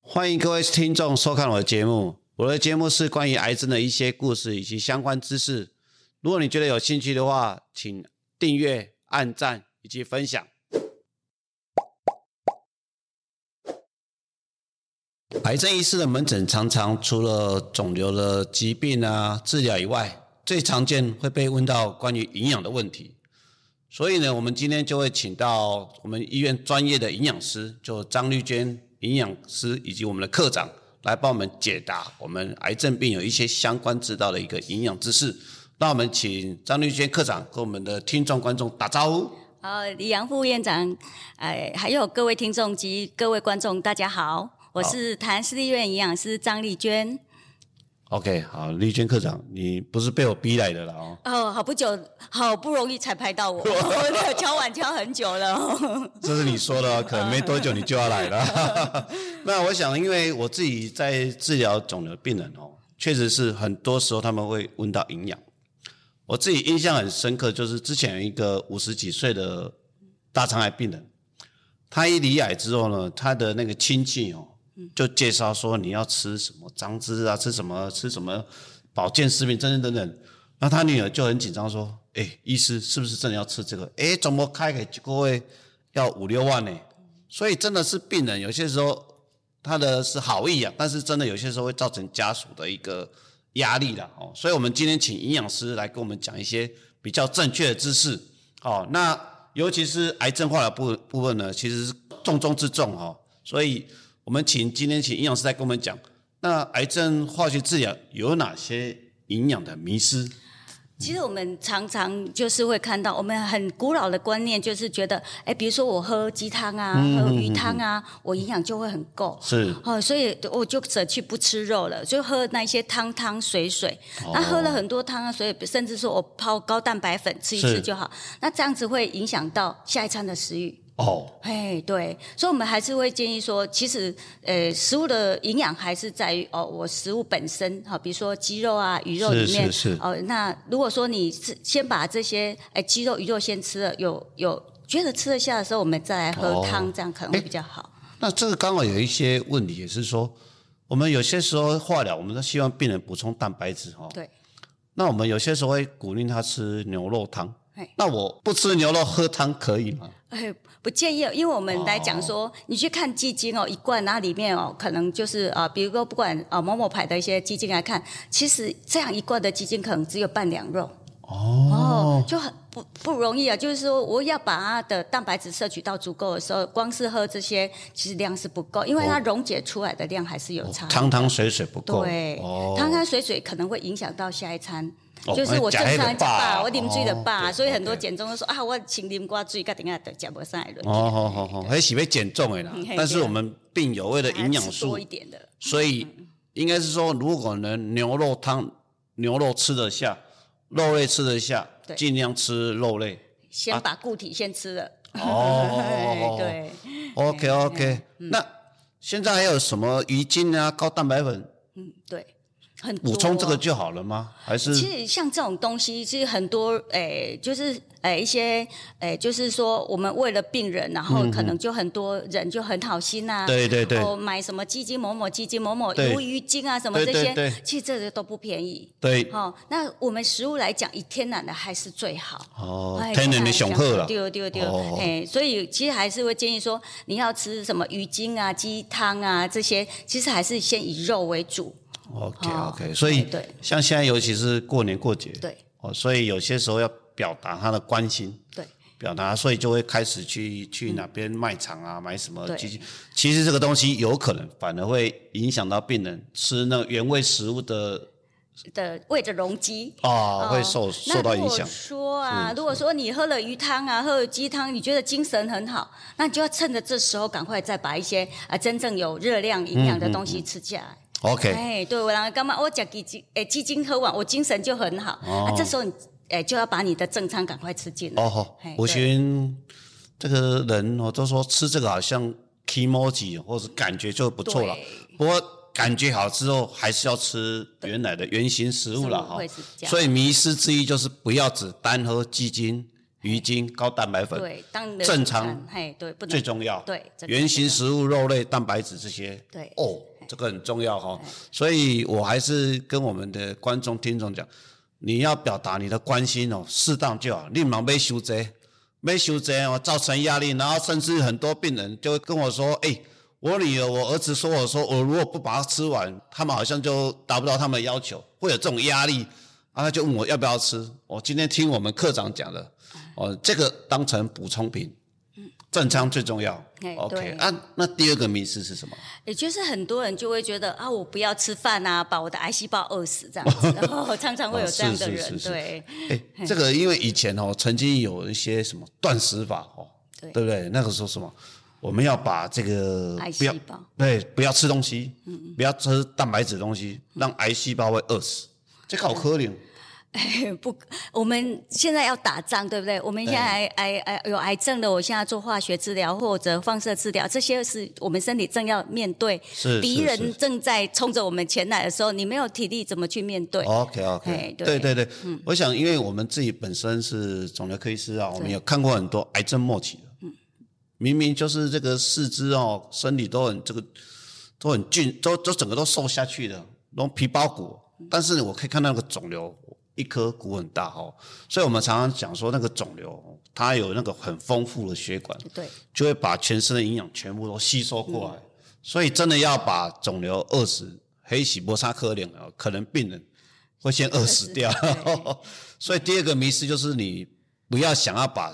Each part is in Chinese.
欢迎各位听众收看我的节目。我的节目是关于癌症的一些故事以及相关知识。如果你觉得有兴趣的话，请订阅、按赞以及分享。癌症医师的门诊常常除了肿瘤的疾病啊治疗以外，最常见会被问到关于营养的问题。所以呢，我们今天就会请到我们医院专业的营养师，就张绿娟营养师以及我们的科长来帮我们解答我们癌症病友一些相关知道的一个营养知识。那我们请张绿娟科长跟我们的听众观众打招呼。好，啊李阳副院长，哎、还有各位听众及各位观众，大家好，我是台南市立医院营养师张丽娟。 OK，好，绿娟科长，你不是被我逼来的啦哦，哦，好不久，好不容易才拍到我，我的敲碗敲很久了哦。这是你说的哦，可能没多久你就要来了。 那我想，因为我自己在治疗肿瘤病人哦，确实是很多时候他们会问到营养。我自己印象很深刻，就是之前有一个五十几岁的大肠癌病人，他一离癌之后呢，他的那个亲戚哦，就介绍说你要吃什么张枝啊，吃什么吃什么保健食品，等等等等。那他女儿就很紧张说：“哎、医师是不是真的要吃这个？哎、怎么开给一个月要五六万呢、所以真的是病人有些时候他的是好意啊，但是真的有些时候会造成家属的一个压力啦。哦。所以我们今天请营养师来跟我们讲一些比较正确的知识。哦，那尤其是癌症化疗部部分呢，其实是重中之重哦。所以我们请今天请营养师来跟我们讲，那癌症化学治疗有哪些营养的迷失？ 其实我们常常就是会看到，我们很古老的观念就是觉得，哎，比如说我喝鸡汤啊，喝鱼汤啊，我营养就会很够。是哦，所以我就舍弃不吃肉了，就喝那些汤汤水水。哦那、喝了很多汤啊，所以甚至说我泡高蛋白粉吃一是次就好。那这样子会影响到下一餐的食欲。哦，哎，对，所以我们还是会建议说，其实呃，食物的营养还是在于哦，我食物本身哈、比如说鸡肉啊、鱼肉是里面是是哦，那如果说你是先把这些哎鸡肉、鱼肉先吃了，有有觉得吃得下的时候，我们再来喝哦汤，这样可能哎会比较好。那这个刚好有一些问题，也是说，我们有些时候化疗，我们都希望病人补充蛋白质哦。对。那我们有些时候会鼓励他吃牛肉汤嘿。那我不吃牛肉喝汤可以吗？哎，不建议，因为我们来讲说，你去看鸡精哦，一罐那里面哦，可能就是啊、呃比如说不管啊、呃某某牌的一些鸡精来看，其实这样一罐的鸡精可能只有半两肉哦，就很不不容易啊。就是说，我要把它的蛋白质摄取到足够的时候，光是喝这些其实量是不够，因为它溶解出来的量还是有差。哦汤汤水水不够。对，哦，汤汤水水可能会影响到下一餐。哦就是我正哎吃那常个吃饱饱，我啉水就哦对饱，所以很多 OK 减重都说啊，我请啉寡水，甲等下就食无啥轮。哦，好好好，还是被减重的啦嗯。嘿但是我们病友为了营养还是素啊多一，点的。所以应该是说，如果能牛肉汤，牛肉吃得下，肉类吃得下，对尽量吃肉 类。先把固体先吃了。啊哦 对，哎 OK OK，、那嗯现在还有什么鱼精啊、高蛋白粉嗯，对，很多啊补充这个。就好了吗？还是其实像这种东西，其实很多诶、就是诶、一些诶、就是说我们为了病人，然后可能就很多人就很好心呐、嗯对对对哦，买什么基金某某基金某某对鱿鱼精啊，什么对这些，对对其实这些都不便宜。对哦，那我们食物来讲，以天然的还是最好。哦哎，天然的雄鹤了，对对对哦，哎，所以其实还是会建议说，你要吃什么鱼精啊、鸡汤啊这些，其实还是先以肉为主。 OK 哦 OK，所以对对像现在尤其是过年过节，对哦，所以有些时候要表达他的关心，对，表达，所以就会开始去去哪边卖场啊，买什么嗯对其实其实这个东西有可能反而会影响到病人吃那原味食物的的为着容积。啊，哦会受受到影那如响嗯果。说啊，如果说你喝了鱼汤啊，喝了鸡汤，你觉得精神很好，那你就要趁着这时候赶快再把一些啊真正有热量、营养嗯的东西吃下来。 OK，哎，对，我然后干嘛？我讲鸡精，哎，鸡精喝完，我精神就很好。啊，这时候你哎就要把你的正餐赶快吃进来。哦吼嘿，我对寻这个人哦，都说吃这个好像 k i m o j i 或者感觉就不错了对。不过感觉好之后，还是要吃原来的原型食物了食物哈会是这。样所以迷失之一就是不要只单喝鸡精、鱼精、高蛋白粉，对，当然正常不能嘿，对，不能最重要。对这个原型这个食物、肉类、蛋白质这些。对哦，这个很重要哈、哦。所以我还是跟我们的观众、听众讲，你要表达你的关心哦，适当就好，你忙被修这，被修这哦，造成压力，然后甚至很多病人就会跟我说，哎。我女儿、我儿子说：“我说我如果不把它吃完，他们好像就达不到他们的要求，会有这种压力。”啊，他就问我要不要吃。我今天听我们科长讲的，嗯哦，这个当成补充品，正餐最重要哎。对 OK，啊，那第二个迷思是什么？也就是很多人就会觉得啊，我不要吃饭啊，把我的癌细胞饿死这样 子，然后常常会有这样的人，哦是是是是对哎，这个因为以前哦，曾经有一些什么断食法哦，对对不对？那个时候什么，我们要把这个癌不细要胞嗯对不要吃东西，不要吃蛋白质的东西，让癌细胞会饿死。这个好可怜。 不，我们现在要打仗，对不对？我们现在癌癌癌有癌症的，我现在做化学治疗或者放射治疗，这些是我们身体正要面对是敌是人是正在冲着我们前来的时候，你没有体力怎么去面对？ OK 哎 OK，对对对对，我想因为我们自己本身是肿瘤科医师啊，我们有看过很多癌症末期的，明明就是这个四肢哦，身体都很这个都很俊，都都整个都瘦下去的，然后皮包骨，但是我可以看到那个肿瘤一颗骨很大哦，所以我们常常讲说那个肿瘤它有那个很丰富的血管，对，就会把全身的营养全部都吸收过来。嗯所以真的要把肿瘤饿死，黑喜波沙科林啊，可能病人会先饿死 掉饿死。 所以第二个迷思就是你不要想要把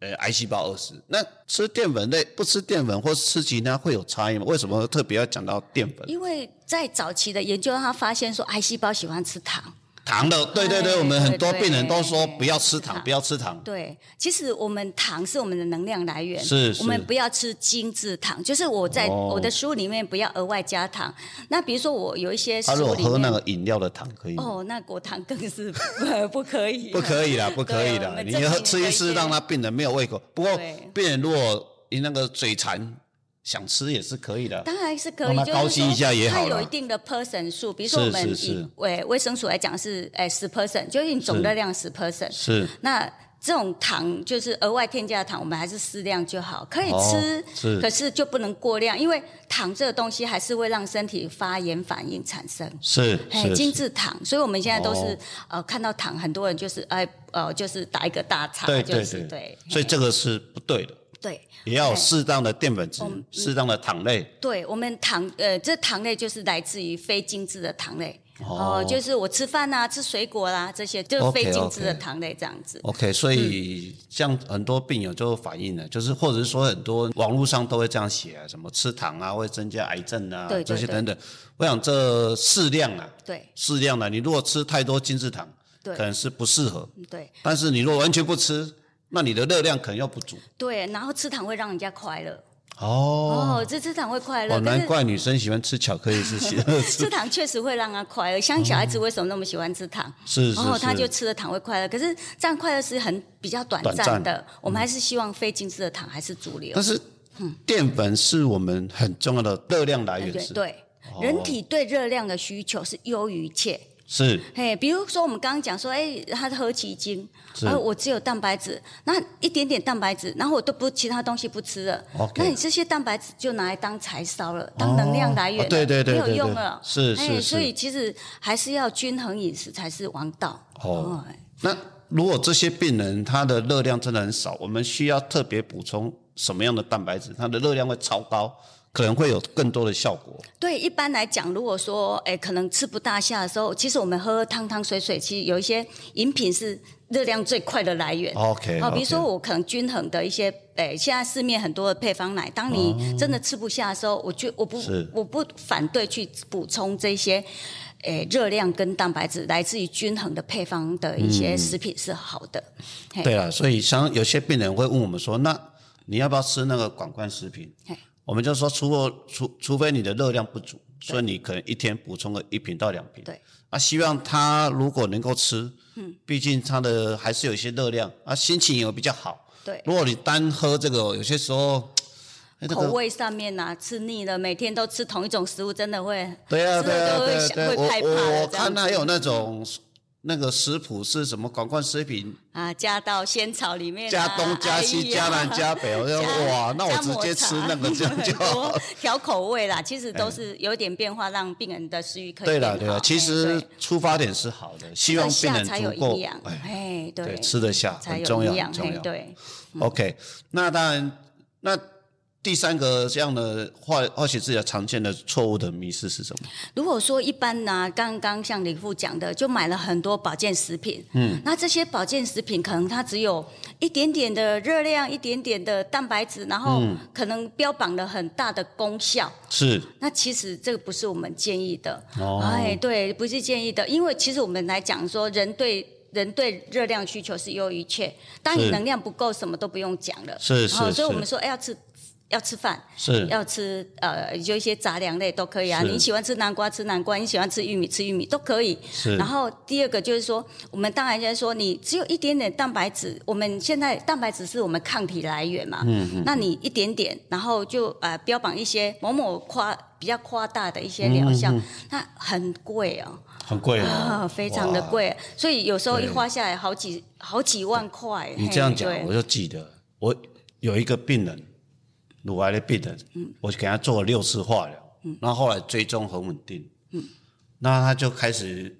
呃癌细胞饿死。那吃淀粉类不吃淀粉或是吃其他会有差异吗？为什么特别要讲到淀粉？因为在早期的研究，他发现说癌细胞喜欢吃糖。糖的，对对对，对我们很多对病人都说对不要吃糖糖，不要吃糖。对，其实我们糖是我们的能量来源，是是我们不要吃精致糖，就是我在哦我的食物里面不要额外加糖。那比如说我有一些食他如物果里喝那面，个饮料的糖可以吗？哦，那果糖更是不 不可以，嗯不可以啦，不可以对我啦，们你正喝经吃的一一吃，些让他病人没有胃口。不过对病人如果你那个嘴馋，想吃也是可以的。当然是可让以，他就是高兴一下也好说它有啦一定的 percent 数，比如说是我们是以是卫卫生署来讲是诶十 percent，就是你总是热量十 percent。是那这种糖就是额外添加的糖，我们还是适量就好，可以吃哦，是可是就不能过量，因为糖这个东西还是会让身体发炎反应产生。是哎，是精是，致糖，所以我们现在都是、哦呃，看到糖，很多人就是哎呃，就是打一个大叉，对就对是对对，，所以嘿这个是不对的，对也要有对适当的淀粉质，嗯适当的糖类。对，我们糖呃，这糖类就是来自于非精致的糖类，哦、哦就是我吃饭啊、吃水果啦、这些，就是非 OK，精致的 OK 糖类这样子。 OK，所以嗯像很多病友就反映了，就是或者是说很多网络上都会这样写啊，什么吃糖啊会增加癌症啊对对这些对等等。我想这适量啊，对适量的，你如果吃太多精制糖，对可能是不适合。嗯对但是你如果完全不吃，那你的热量可能又不足。对，然后吃糖会让人家快乐。哦，哦，这吃糖会快乐，哦，可难是怪女生喜欢吃巧克力是喜 吃糖确实会让他快乐。像小孩子为什么那么喜欢吃糖？是是，然后他就是吃了糖会快乐，可是这样快乐是很比较短暂短嗯的。我们还是希望非精致的糖还是主流 但。是淀粉是我们很重要的热量来源哎对是，哦对，人体对热量的需求是优于一切。是嘿，比如说我们刚刚讲说，哎，他喝奇精，是然后我只有蛋白质，那一点点蛋白质，然后我都不其他东西不吃了 OK 那你这些蛋白质就拿来当柴烧了，当能量来源了、哦对对对没有对对用了。是是嘿是所以其实还是要均衡饮食才是王道。哦哎那如果这些病人他的热量真的很少，我们需要特别补充什么样的蛋白质？它的热量会超高，可能会有更多的效果。对，一般来讲，如果说哎，可能吃不大下的时候，其实我们喝汤汤水水，其实有一些饮品是热量最快的来源。哦 OK，好，比如说我可能均衡的一些，诶，现在市面很多的配方奶，当你真的吃不下的时候，我就我不是我不反对去补充这些，诶，热量跟蛋白质来自于均衡的配方的一些食品是好的。嘿对了，所以像有些病人会问我们说，那你要不要吃那个管罐食品嘿？我们就说除了，除除非你的热量不足，所以你可能一天补充个一瓶到两瓶。对，啊，希望他如果能够吃，嗯，毕竟他的还是有一些热量，啊，心情也比较好。对如果你单喝这个，有些时候，哎这口个味上面呐、吃腻了，每天都吃同一种食物，真的会对啊，吃对了啊，都对会啊，想对啊，会害怕我了我我这样看子还有那种那个食谱是什么？广冠食品啊，加到仙草里面啊、加东加哎西呀加南加北，我说 加哇，那我加直接抹茶吃那 个这样就很好。多调口味啦，其实都是有一点变化，让病人的食欲可以对了变对了，好其哎实对出发点是好的，希吃望得病下人才有足营够养，哎，哎，对，对，吃得下才很有重营要很养，重嘿要。对，嗯 OK，那当然，那第三个这样的化化学治疗常见的错误的迷失是什么？如果说一般呢、刚刚像李副讲的，就买了很多保健食品，嗯，那这些保健食品可能它只有一点点的热量，一点点的蛋白质，然后嗯可能标榜了很大的功效，是那其实这个不是我们建议的，哦哎，对，不是建议的，因为其实我们来讲说，人对人对热量需求是优于缺，当你是能量不够，什么都不用讲了，是是好所以我是们说，哎，要吃要吃饭，是要吃呃，就一些杂粮类都可以啊。是你喜欢吃南瓜吃南瓜，你喜欢吃玉米吃玉米都可以。是然后第二个就是说，我们当然就是说，你只有一点点蛋白质，我们现在蛋白质是我们抗体来源嘛，嗯嗯，那你一点点，然后就呃标榜一些某某夸比较夸大的一些疗效，那很贵哦，很贵啊、哦， 非常的嗯哇。贵，所以有时候一对花下来好几好几万块。你嘿这样讲对，我就记得，我有一个病人，乳癌的病人，嗯我给他做了六次化疗，然后后来追踪很稳定，嗯那他就开始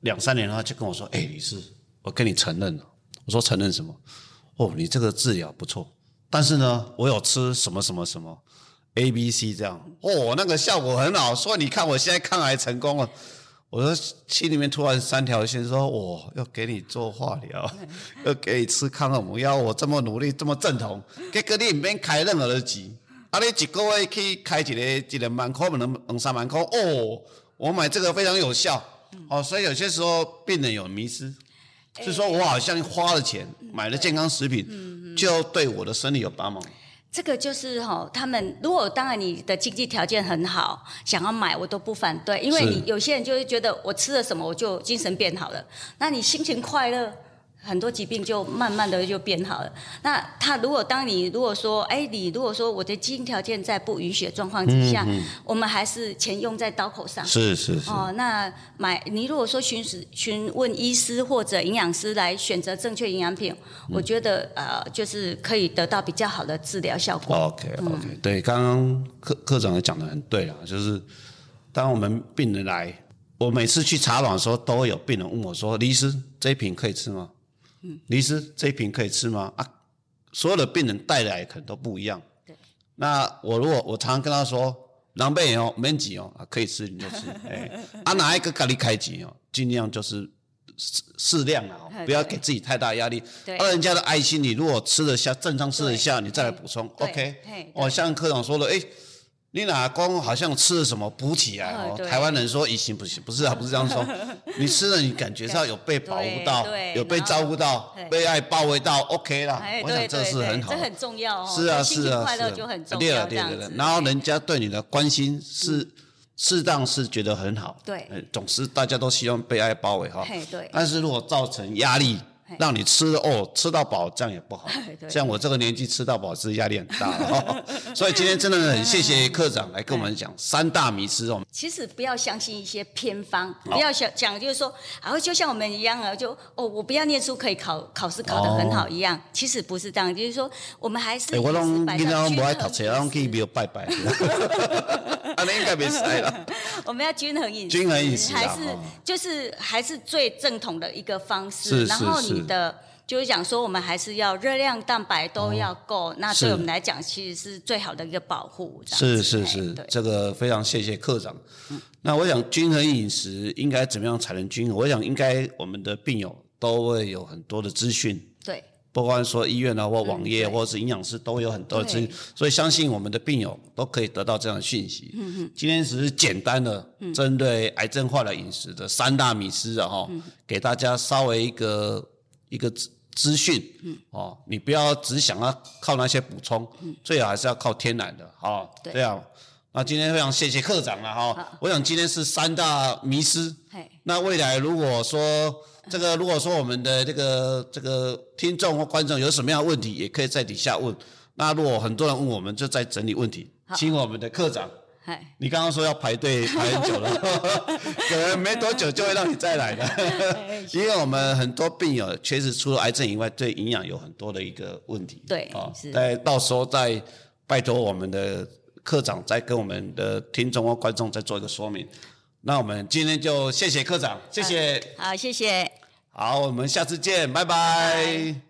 两三年后他就跟我说：“哎、李师，我跟你承认了。”我说：“承认什么？”哦，你这个治疗不错，但是呢，我有吃什么什么什么 A、B、C 这样，哦，那个效果很好，所以你看我现在抗癌成功了。我说心里面突然三条线说，我要给你做化疗，要给你吃抗恶魔药，我这么努力，这么正统，结果你唔免开任何的钱，啊，你一个月去开一个一个万块，两两三万块，哦，我买这个非常有效，哦，所以有些时候病人有迷失，是说我好像花了钱买了健康食品，就对我的身体有帮忙，这个就是哈、他们如果当然你的经济条件很好，想要买我都不反对，因为是你有些人就会觉得我吃了什么我就精神变好了，那你心情快乐。很多疾病就慢慢的就变好了。那他如果当你如果说，哎，你如果说我的基因条件在不允许的状况之下，我们还是钱用在刀口上。是是是哦，那买你如果说询询询问医师或者营养师来选择正确营养品，我觉得呃，就是可以得到比较好的治疗效果。嗯 OK OK，、对，刚刚科科长也讲的很对啦，啊就是当我们病人来，我每次去查卵的时候，都会有病人问我说：“李医师，这一瓶可以吃吗？”嗯，李医师，这一瓶可以吃吗？啊，所有的病人带来可能都不一样。对，那我如果我常常跟他说：“狼狈哦，免急哦，啊，可以吃你就 吃，哎，啊哪一个咖喱开机哦，尽量就是。”适适量啊，哦哎不要对给自己太大压力。啊对按人家的爱心，你如果吃得下，正常吃得下，对你再来补充。对 OK，嘿哦，像科长说的，哎，你哪光好像吃了什么补起来 哦哦？对台湾人说以形补形，不是啊，不是这样说。 你吃了，你感觉到有被保护到对，对有被照顾到然后，被爱包围到，OK 啦哎，。我对想对这是对很好这的。很重要哦。是啊，就心是情啊，快乐是啊就很重对要，了这对了样对了子。嗯然后人家对你的关心是适当是觉得很好，对呃总是大家都希望被爱包围哈嘿对。但是如果造成压力嘿，让你吃了哦吃到饱，这样也不好嘿。 对像我这个年纪吃到饱是压力很大了 哈，所以今天真的很谢谢科长来跟我们讲三大迷失 哦。其实不要相信一些偏方，不要想讲就是说，啊，就像我们一样啊，就哦，我不要念书可以考考试考得很好一样，其实不是这样，就是说我们还是哎我饮食拢摆今仔上拢均不爱衡读册，饮我拢去食庙拜拜。 啊，你应该袂使啦。我们要均衡饮食，均衡饮食啊还是哦就是还是最正统的一个方式。是然后是你是的就是讲说，我们还是要热量、蛋白都要够，嗯那对我们来讲其实是最好的一个保护。这样是子是哎是对，这个非常谢谢科长。那我想均衡饮食应该怎么样才能均衡？我想应该我们的病友都会有很多的资讯，对包括说医院啊或网页、嗯对或者是营养师都有很多的资讯对，所以相信我们的病友都可以得到这样的讯息。嗯今天只是简单的针对癌症化疗饮食的三大迷失啊嗯哈，给大家稍微一个一个资资讯。嗯哦，你不要只想要靠那些补充，最好还是要靠天然的。好，对这样。那今天非常谢谢科长了哈，我想今天是三大迷失。嘿那未来如果说这个，如果说我们的这个这个听众或观众有什么样的问题，也可以在底下问。那如果很多人问我们，就再整理问题，请我们的科长哎，你刚刚说要排队排很久了，可能没多久就会让你再来的，因为我们很多病友确实除了癌症以外，对营养有很多的一个问题。对啊是，在到时候再拜托我们的科长再跟我们的听众或观众再做一个说明。那我们今天就谢谢科长，谢谢，好，谢谢。好，我们下次见，拜拜拜